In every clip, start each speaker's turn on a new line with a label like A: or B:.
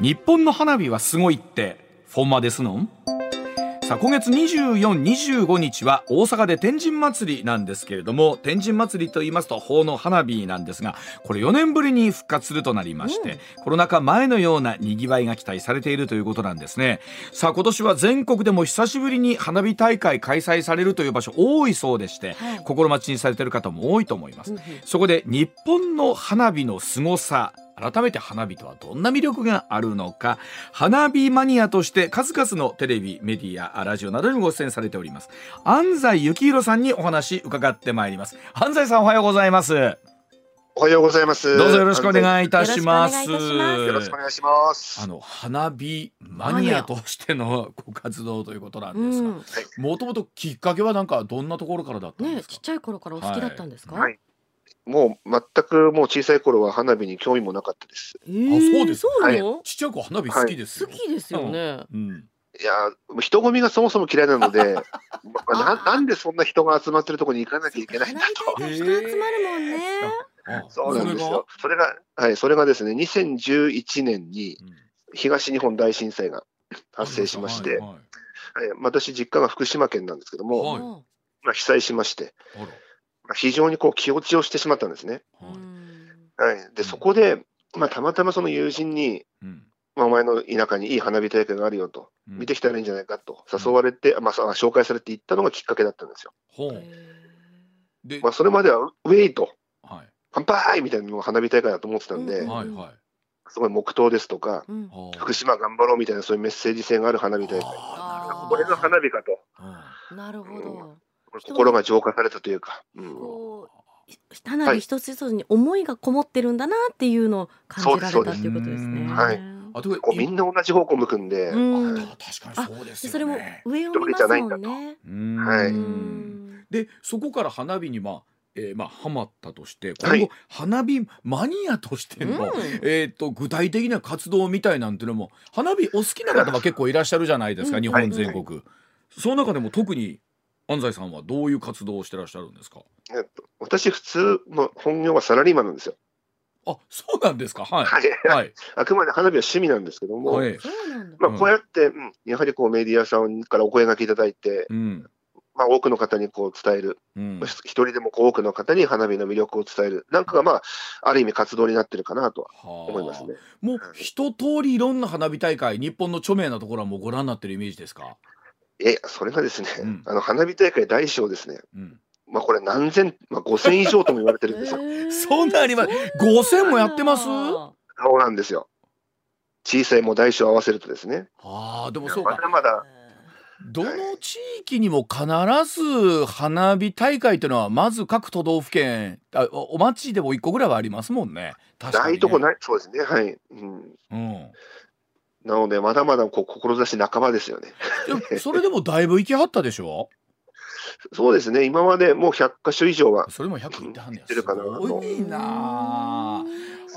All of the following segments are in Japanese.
A: 日本の花火はすごいってフォンマですのんさあ今月2425日は大阪で天神祭りなんですけれども天神祭りと言いますと法の花火なんですがこれ4年ぶりに復活するとなりまして、コロナ禍前のようなにぎわいが期待されているということなんですねさあ今年は全国でも久しぶりに花火大会開催されるという場所多いそうでして、
B: はい
A: 心待ちにされている方も多いと思います、そこで日本の花火の凄さ改めて花火とはどんな魅力があるのか花火マニアとして数々のテレビメディアラジオなどにご出演されております安西幸宏さんにお話伺ってまいります安西さんおはようございます
C: おはようございます。
A: どうぞよろしくお願いいたしま
B: 安
A: す
B: 西よろしくお願
C: よろしくお願いします。
A: あの花火マニアとしてのご活動ということな
B: うん
A: ですが
B: ん、
A: もともときっかけはなんかどんなところからだったん
B: ね
A: で
B: え
A: す
B: ちっ
A: か、
B: ちゃい頃からお好きだったんですか。
C: はいもう全くもう小さい頃は花火に興味もなかったです。
B: えー
A: あそうです
B: そうなの。
A: ちっちゃい子花火好きです
B: 好
A: よ、
B: きですよね。
A: うん
C: いやー、人混みがそもそも嫌いなの で、まななんでそんな人が集まってるところに行かなきゃいけないんだと。
B: 花火大会人集まるもんね。
A: あ
C: そうなんです
A: それが
C: よ。それが、はい、それがですね、2011年に
A: うん
C: 東日本大震災が発生しまして、
A: はいはい
C: はい私、実家が福島県なんですけども、
A: はい
B: うん
C: まあ、被災しまして、
A: あら
C: まあ非常にこう気落ちをしてしまったんですね。
A: はい
C: はい、
A: うん
C: でそこで、まあ、たまたまその友人に、
A: うん
C: まあ、お前の田舎にいい花火大会があるよと、見てきたらいいんじゃないかと
A: うん
C: 誘われて、まあ、さ紹介されて行ったのがきっかけだったんですよ。
A: ほ
B: へ
A: うで、
C: まあ、それまではウェイと
A: はい
C: 乾杯みたいなのが花火大会だと思ってたんで、
B: うん
A: はいはい
C: すごい黙祷ですとか、
B: ーうん
A: ほう
C: 福島頑張ろうみたいなそういうメッセージ性がある花火大会、
A: あー
B: あー
C: これが花火かと、
B: なるほど。
C: 心が浄化されたというか、うん
B: こうひ花火一つ一つに思いがこもってるんだなっていうのを感じられたっていうことですね。
A: そう
C: ですそうです
B: うん
A: あとこ
C: こう
A: れ
C: みんな同じ方向向くんで、
B: うん
C: はい
A: あ確かにそうですよね
B: それも上を見ますもんね。
A: うーん
C: はい
B: うん
A: でそこから花火にまあえーまあハマったとして
C: は
A: 今
C: い
A: 後花火マニアとしての
B: うん
A: えーと具体的な活動みたいなんてのも花火お好きな方が結構いらっしゃるじゃないです
B: う
A: か
B: ん
A: 日本全国その中でも特に安西さんはどういう活動をしてらっしゃるんですか
C: えっと私普通の本業はサラリーマンなんですよ。
A: あそうなんですかはい
C: はい
A: はい
C: あくまで花火は趣味なんですけども、
A: はい
B: そうなんだ。
C: まあ、
A: うん
C: こうやって、うんやはりこうメディアさんからお声がけいただいて、
A: うん
C: まあ、多くの方にこう伝える、
A: うん
C: 一人でもこう多くの方に花火の魅力を伝える、なんかが、まあ、ある意味活動になってるかなとは思いますね。
A: もう一通りいろんな花火大会日本の著名なところはもうご覧になってるイメージですか、
C: え、それがですね、
A: うん
C: あの花火大会大小ですね、
A: うん、
C: まあ、これ何千、まあ、5000以上とも言われてるんです よ。
A: そんなあります5000もやってます
C: そうなんですよ。小さいも大小合わせるとですね、
A: あーでもそう
C: ま
A: か
C: だまだ、
A: どの地域にも必ず花火大会というのはまず各都道府県あおお町でも一個ぐらいはありますもんね確かにね
C: ないとこない、そうですね、はい。うん、
A: うん
C: なので、まだまだこう志半ばですよね。
A: でもそれでもだいぶ行きはったでしょ
C: そうですね、今までもう100箇所以上は、
A: それも100行ってはんねや
C: 行ってるかな
A: すごいなあ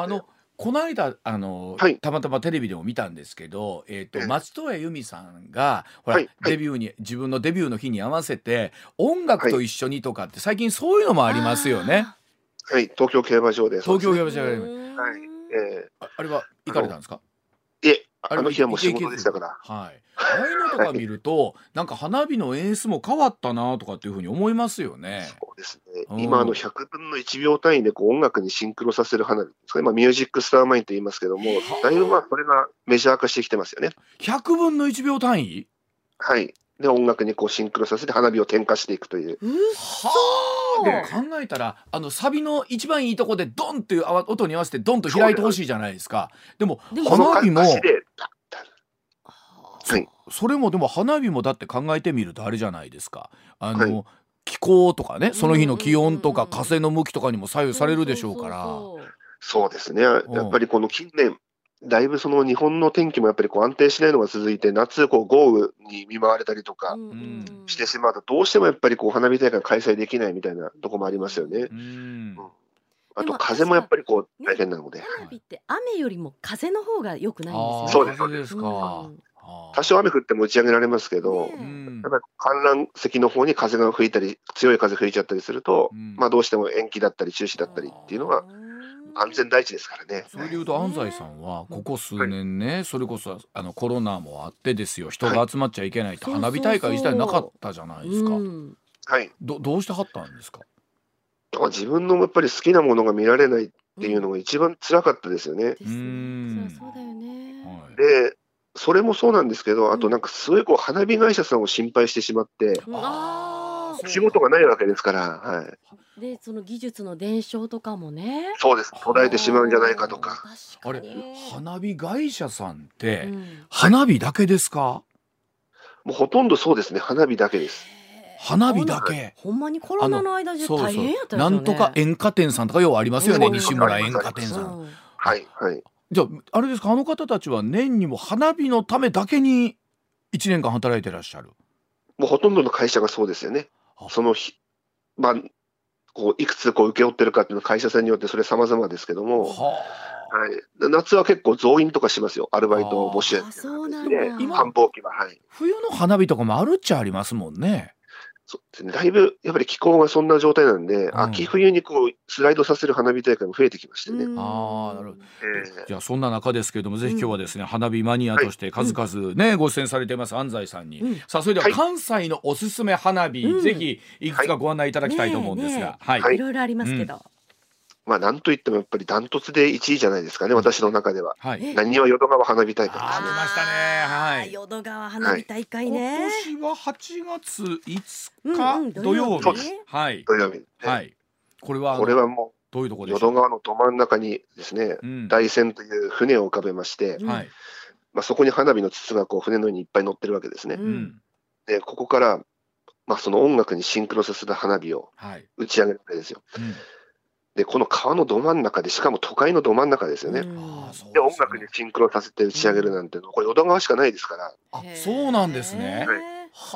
A: あのこの間あの、
C: はい
A: たまたまテレビでも見たんですけど、えっと
C: ええ
A: 松任谷由実さんがほら、
C: はいはい
A: デビューに自分のデビューの日に合わせて音楽と一緒にとかって最近そういうのもありますよね。。
C: はい、東京競馬場で。
A: 東京競
B: あ
A: 馬場で
B: ー
C: はいえ
A: ああれは行かれたんですか
C: えいえ、
A: あ
C: あ
A: れ
C: の日はもう
A: いけ
C: 仕
A: いけ
C: 事でしたから。
A: はい、ああいうのとか見ると、なんか花火の演出も変わったなとかっていうふうに思いますよね。
C: そうですね
A: う。ん
C: 今、あの、100分の1秒単位でこう音楽にシンクロさせる花火ですかね。まあ、ミュージックスターマインと言いますけども、だいぶまあ、これがメジャー化してきてますよね。
A: 100分の1秒単位
C: はい。で、音楽にこうシンクロさせて花火を点火していくという。
B: うっ
A: は
B: そ
A: でも考えたらあのサビの一番いいとこでドンっていうあわ音に合わせてドンと開いてほしいじゃないですかでも
B: でも
C: この
A: 花火
C: 歌
A: も
C: 詞で、はい
A: それもでも花火もだって考えてみるとあれじゃないですかあの、
C: はい
A: 気候とかねその日の気温と
B: う
A: か
B: んうんうんうん
A: 風の向きとかにも左右されるでしょうから
B: そうそう
C: そうですね。や
A: うん
C: っぱりこの近年、だいぶその日本の天気もやっぱりこう安定しないのが続いて、夏、こう豪雨に見舞われたりと
B: そう
C: か
B: うんうんうん
C: してしまうと、どうしてもやっぱりこう花火大会が開催できないみたいなとこもありますよね。
A: うん
C: あ
B: で
C: と
B: も
C: 風もやっぱりこう
B: 確か
C: 大
B: に
C: 変なので。
B: 花火って雨よりも風の方が良くないん
A: あ
B: で
A: あ
B: すよ
C: そうで
B: ね。
C: す
A: 風ですか、
B: うん
A: あー
C: 多少雨降っても打ち上げられますけど、
B: ね
A: うん
C: やっぱり観覧席の方に風が吹いたり、強い風吹いちゃったりすると、
A: うん
C: まあどうしても延期だったり中止だったりっていうのが安全第一ですからね。
A: それでいうと安西さんはここ数年ね、それこそあのコロナもあってですよ人が集まっちゃいけないって
B: はい
A: 花火大会自体なかったじゃないですか、
B: うん
C: はい。
A: どどうしてはったんですか
C: だから自分のやっぱり好きなものが見られないっていうのが一番辛かったですよ
B: で
C: ね。
B: すね
A: うん
B: そりゃそうだよね。
A: はい
C: で、それもそうなんですけど、あとなんかすごいこう花火会社さんを心配してしまって、
B: うん
A: あーそう
C: 仕事がないわけですから、はい。
B: でその技術の伝承とかもね
C: そうです。途絶えてしまうんじゃないかとか。
A: あ
B: 確
A: れ
B: かに
A: 花火会社さんって、
B: うん
A: 花火だけですか
C: もうほとんどそうですね。花火だけです。
A: 花火だけ
B: ほんまにコロナの間中
A: そう
B: 大変やっ
A: そう
B: たですよ
A: な
B: ね
A: んとか演歌店さんとかようありますよね
B: うん
A: 西村演歌店さん、
B: うん
C: はい。はい。
A: じゃああれですかあの方たちは年にも花火のためだけに1年間働いてらっしゃる
C: もうほとんどの会社がそうですよね
A: あ。
C: その日、まあ、こういくつこう請け負ってるかっていうのは会社さんによってそれ様々ですけども、はい、
A: は
C: 夏は結構増員とかしますよ、アルバイトを募集
B: あそうなん
C: で
B: だ、
A: 今
C: 繁忙期は、はい
A: 冬の花火とかもあるっちゃありますもんね
C: そうですね、だいぶやっぱり気候がそんな状態なんで、
A: ん
C: 秋冬にこうスライドさせる花火大会も増えてきましてね、
B: うん
A: あーなるほど
C: ええ
A: じゃあそんな中ですけれどもぜひ今日はですね、花火マニアとして数々ね、ご出演されています安西さんに、
B: うん
A: さあそれでは
C: はい
A: 関西のおすすめ花火、
B: うん
A: ぜひいくつかご案内いただきたいと思うんですが、はい
C: はい
B: いろいろありますけど、
C: まあ、なんといってもやっぱりダントツで1位じゃないですかね、私の中では。
A: はい、
B: え
C: 何は淀川花火大会です
A: あ
C: ね
A: 出。ましたねはい
B: あー淀川花火大会ね、
A: 今年は8月5
B: うんうん
A: 日土曜日、
C: そうです
A: はい、
C: 土曜日、ね
A: はい、これは
C: これはも
A: どういうとこ
C: う
A: ろでしょ
C: 淀
A: う、
C: 川のど真ん中にですね、
A: うん
C: 大船という船を浮かべまして、
B: うん
A: はい、
C: まあ、そこに花火の筒がこう船の上にいっぱい乗ってるわけですね。
A: う
B: うんん、
C: で、ここから、まあ、その音楽にシンクロさせた花火を
A: はい、
C: 打ち上げるわけですよ。
A: うん
C: で、この川のど真ん中で、しかも都会のど真ん中ですよね。
B: うん
A: あーそうす
C: で、
A: ね
C: 音楽にシンクロさせて打ち上げるなんての、これ、淀川しかないですから、
A: あ
B: へー
A: そうなんですね、
C: はい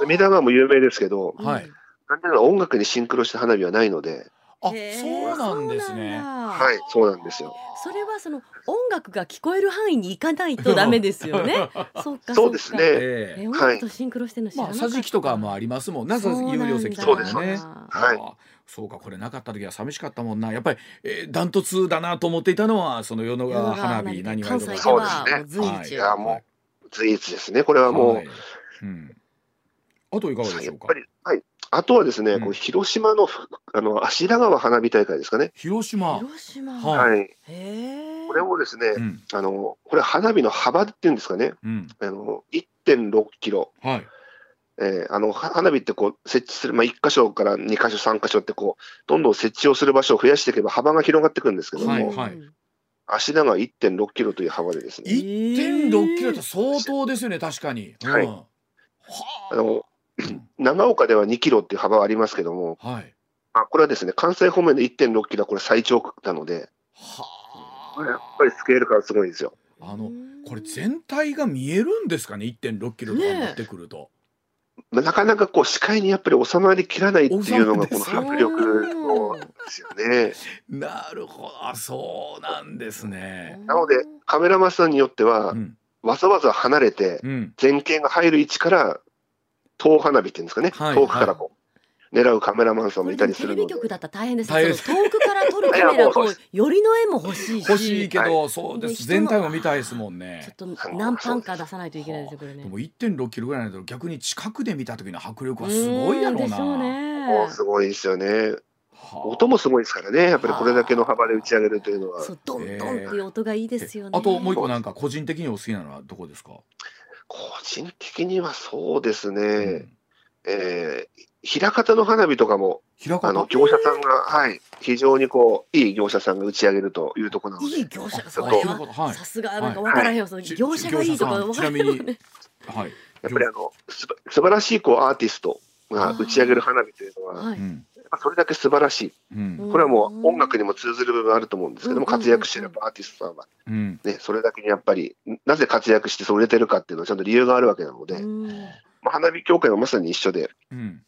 A: は
C: 目玉も有名ですけど、
A: あはい
C: なんていうのは音楽にシンクロした花火はないので、
A: あ
B: へー
A: そうなんです
B: そう
A: ね
B: なんだ
C: はい、そうなんですよ。
B: それはその音楽が聞こえる範囲に行かないとダメですよね。 そうか。
C: そうです
B: か。
C: ね。
A: ええ
B: え音楽とシンクロしてるの知ら
A: ま
B: な
A: あ
B: かった。
A: 桟敷とかもありますもんね、桟
B: そうなん
A: 敷
B: だ
A: 有料席と
C: そう
A: か
C: です
A: もね。
C: はい
A: ああそうかこれなかった時は寂しかったもんなやっぱり、えー、ダントツだなと思っていたのはその世の
B: 淀川
A: 川花火何
B: 関
A: 々
B: 西
A: と
B: で
A: か
C: そう
B: はもう随
A: い
B: 一。
C: やもスイーツですね、これはもう。
A: はいうん、あといかがでし
C: や
A: ょ
C: っ
A: うか
C: ぱり、はい。あとはですね、
A: うん
C: こう広島の、あの、芦田川花火大会ですかね。
A: 広島
B: 広島。
A: はい
C: はい。
B: へえ。
C: これもですね、
A: うん
C: あの、これ花火の幅っていうんですかね。
A: うん
C: あの、1.6キロ。
A: はい
C: えーあの、は花火ってこう、設置する、まあ、1箇所から2箇所、3箇所ってこう、どんどん設置をする場所を増やしていけば幅が広がっていくんですけども、
A: はい
B: うん
A: はい
C: 芦田川1.6キロという幅でですね、
A: 1.6キロって相当ですよね確かに、
C: はい
A: うんは
C: あの、 長岡では2キロっていう幅はありますけども、
A: あはい
C: まあ、これはですね、関西方面の1.6キロはこれ最長区なので、
A: は
C: これやっ
A: あ
C: ぱりスケール感すごいですよ。
A: あのこれ全体が見えるんですかね1.6キロとかになってくると、
C: まあなかなかこう視界にやっぱり収まりきらないっていうのがこの
A: 収ま
C: 迫力のですよね。
A: なるほどあそうなんですね、
C: なのでカメラマンさんによっては
A: うん
C: わざわざ離れて
A: うん、
C: 前景が入る位置から遠花火っていうんですかね、
A: はい
C: 遠くからこう狙うカメラマンさ
B: こ
C: んもい
B: れ
C: た
B: でも
C: り
B: テ
C: する
B: レ
C: の
B: ビ
C: で。
B: 局だったら大変です
A: 大
B: ね。
A: 変
B: その遠くから撮るカメ
C: いやも
B: ラ
C: うそう
B: と
C: です
B: 寄りの絵も欲しいし。
A: 欲しいけど、そう
B: い
A: です全体も見たいですもんね
B: ちょっと何パンか出さないといけないですよこれね。
A: でも1.6キロぐらいになると逆に近くで見た時の迫力はすごいだ
B: ん
A: ろう
B: でし
A: な。
B: ょうね。
C: もうすごいですよね。
A: はあ
C: 音もすごいですからね。やっぱりこれだけの幅で打ち上げるというのは
B: そ。うドンドンっていう音がいいですよね。
A: あともう一個なんか個人的にお好きなのはどこですか。
C: 個人的にはそうですね。
A: うん
C: えー、枚方の花火とかも、
A: 平
C: あ
A: 方
C: の、業者さんが、はい、非常にこう、いい業者さんが打ち上げるというところなので。
B: いい業者
A: あ
B: そ
A: そう
B: れ
A: いう
B: は
A: ことはい
B: さすがなんかわからへんよ、その
A: ち
B: 業者がいいとか
A: 業
B: わ
A: 者
B: か
A: さ
B: ら
A: ん
B: へ
A: ち
B: ん
A: な
B: よ
A: みに
B: ね。
A: はい。
C: やっぱりあのすば素晴らしいこうアーティストが
B: あー
C: 打ち上げる花火というのは、やっ
B: はい
A: うん
C: ぱそれだけ素晴らしい、
A: うん
C: これはも
B: うん
C: う音楽にも通ずる部分あると思うんですけども、
B: うんうんうん
C: 活躍してるやっぱアーティストさんは、
A: うん。
C: ね、それだけにやっぱり、なぜ活躍してそう売れてるかっていうのは、ちゃんと理由があるわけなので、
B: うん
C: まあ、花火協会はまさに一緒で、
A: うん。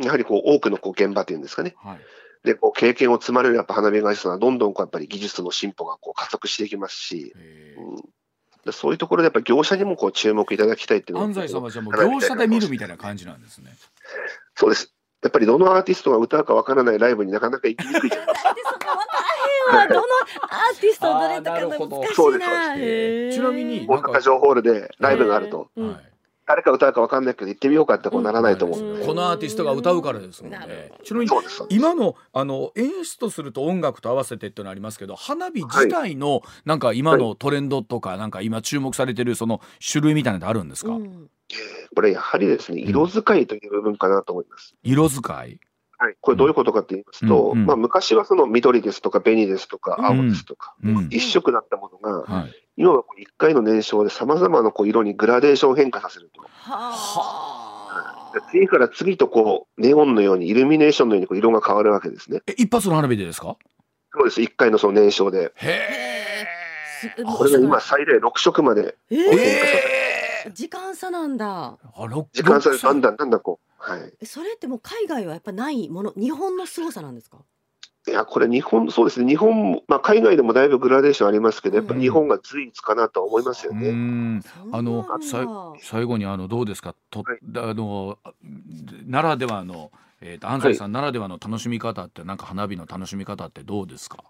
C: やはりこう多くのこう現場っていうんですかね、
A: はい。
C: でこう経験を積まれるやっぱ花火会社さんは、どんどんこうやっぱり技術の進歩がこう加速していきますし、
A: えー
C: うんでそういうところでやっぱり業者にもこう注目いただきたいっていうの
A: 安
C: が
A: 西さんはじゃあもう業者で見るみたいな感じなんですね。
C: そうです。やっぱりどのアーティストが歌うかわからないライブになかなか行きにくいじゃないですか。
B: でそこわかはどのアーティストどれと
A: あーなる
B: か
A: ほ
B: の
A: ど
B: 難し
C: そう
B: い
C: ですそう
B: な。へー
A: ちなみに
C: 大阪城ホールでライブがあると、
B: うん
A: はい
C: 誰か歌うか分かんないけど行ってみようかってこうならないと思う、
B: うん
A: このアーティストが歌うからですもん
B: なる
A: ね
B: ほ。ど
A: ちなみに
C: そうですそうです
A: 今のあの演出とすると音楽と合わせてっていうのありますけど花火自体の、なんか今のトレンドとか、なんか今注目されてるその種類みたいなのってあるんですか、
B: うん
C: これやはりですね色使いという部分かなと思います、
A: 色使い、
C: はい、これどういうことかって言いますと、
A: うんうん
C: まあ、昔はその緑ですとか紅ですとか青ですとか、
A: うん
C: 一色だったものが、
A: はい、
C: 今はこう一回の燃焼でさまざまなこう色にグラデーションを変化させると。
B: はあ。
A: は
C: で次から次とこうネオンのようにイルミネーションのようにこう色が変わるわけですね。
A: え一発の花火でですか
C: そうです、一回のその燃焼で。
A: へ
B: す
C: これが今、最大6色まで、
B: え
A: え
B: ー
A: え
B: 時間差なんだ。
A: ー、あロック
C: 時間差
A: ロッ
C: で
A: クさ
C: だんだんだんだんこう。はい、
B: それってもう海外はやっぱないもの、日本の凄さなんですか。
C: いや、これ日本、そうですね、日本も、まあ、海外でもだいぶグラデーションありますけど、やっぱ日本が随一かなとは思いますよ
A: う
C: ね。
A: ん
B: そんな
A: あの
B: なんだ
A: さ最後にあのどうですかと、
C: はい
A: あのならではの、えーと、安西さんならではの楽しみ方って、なんか花火の楽しみ方ってどうですか、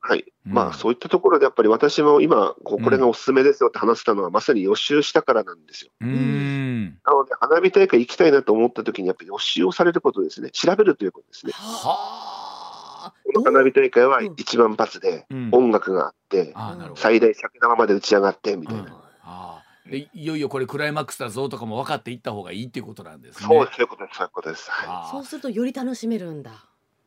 C: はい、
A: うん
C: まあそういったところでやっぱり私も今こうこれがおすすめですよって話したのはまさに予習したからなんですよ。
A: うーん
C: なので花火大会行きたいなと思った時にやっぱり予習をされることですね調べるということですね。
B: はあ。
C: この花火大会は
B: うん
C: 一番発で
A: うん
C: 音楽があって
A: あーなるほど
C: 最大100玉まで打ち上がってみたい
A: うん
C: な。
A: あーでいよいよこれクライマックスだぞとかも分かっていった方がいいっていうことなんですね。
C: そうですそういうことですそういうことです。は
A: あー
B: そうするとより楽しめるんだ。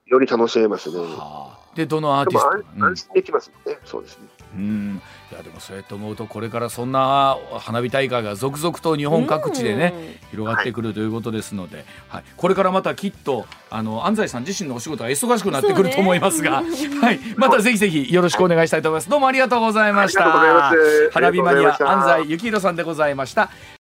C: い、より楽しめますね。
A: はあでどのアー
C: で
A: ティス
C: も
A: ト
C: 安安心できますね。そうですね。
A: うんうんいやでもそうやって思うとこれからそんな花火大会が続々と日本各地でね、広がってくるということですので、はいこれからまたきっとあの安西さん自身のお仕事が忙しく
B: うん。
A: なってくると思いますが、
B: そうね
A: はい、またぜひぜひよろしくお願いしたいと思います。どうもありがとうござい
C: あ
A: ま
C: り
A: した。
C: がとうございます。
A: 花火マ
C: あり
A: ニア
C: がとうございました
A: 安西幸宏さんでございました。